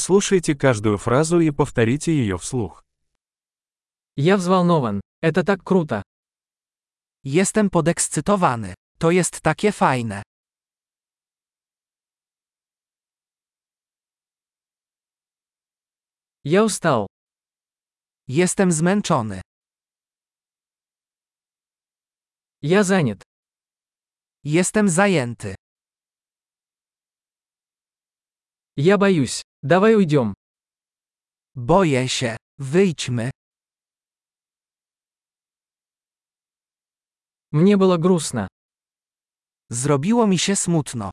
Прослушайте каждую фразу и повторите ее вслух. Я wzwalnowan. Это так круто. Jestem podekscytowany. To jest takie fajne. Я устал. Jestem zmęczony. Я занят. Jestem zajęty. Я боюсь. Давай уйдем. Boję się. Wyjdźmy. Мне было грустно. Zrobiło mi się smutno.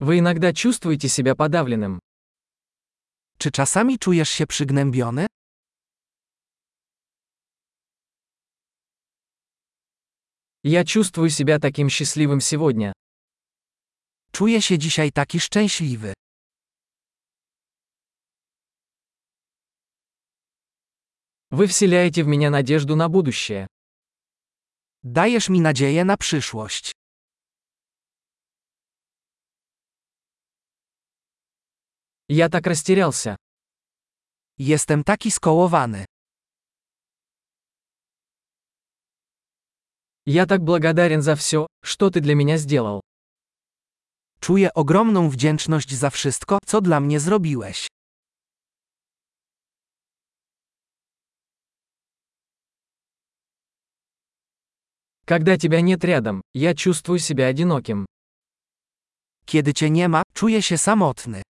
Вы иногда чувствуете себя подавленным. Czy czasami czujesz się przygnębiony? Я чувствую себя таким счастливым сегодня. Czuję się dzisiaj taki szczęśliwy. Вы вселяете в меня надежду на будущее. Dajesz mi nadzieję na przyszłość. Я так растерялся. Jestem taki skołowany. Я так благодарен за все, что ты для меня сделал. Czuję ogromną wdzięczność za wszystko, co dla mnie zrobiłeś. Когда тебя нет рядом, я чувствую себя одиноким. Kiedy cię nie ma, czuję się samotny.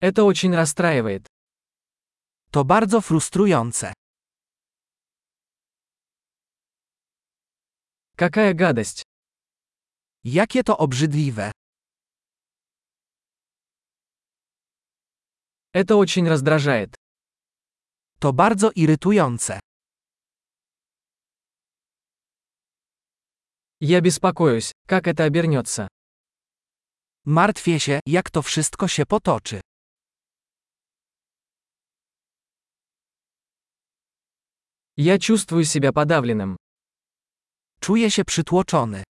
Это очень расстраивает. To bardzo frustrujące. Какая гадость. Jakie to obrzydliwe. Это очень раздражает. To bardzo irytujące. Я беспокоюсь, как это обернется. Martwię się, jak to wszystko się potoczy. Я чувствую себя подавленным. Czuję się przytłoczony.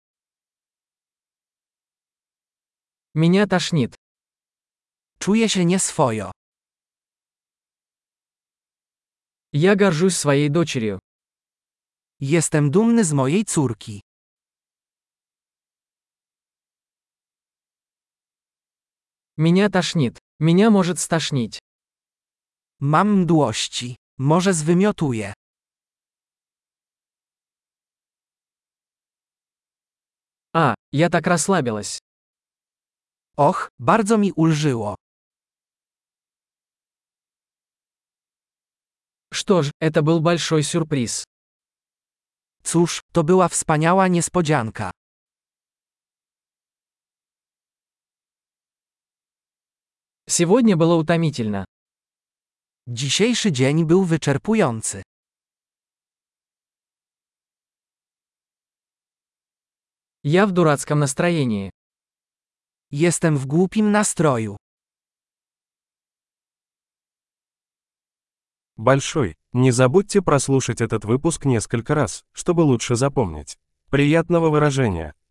Меня тошнит. Czuję się nieswojo. Я горжусь своей дочерью. Jestem dumny z mojej córki. Меня тошнит. Меня может стошнить. Mam mdłości. Może zwymiotuję. А, я так расслабилась. Och, bardzo mi ulżyło. Что ж, это был большой сюрприз. Cóż, to była wspaniała niespodzianka. Сегодня было утомительно. Dzisiejszy dzień był wyczerpujący. Я в дурацком настроении. Jestem w głupim nastroju. Большой. Не забудьте прослушать этот выпуск несколько раз, чтобы лучше запомнить. Приятного выражения!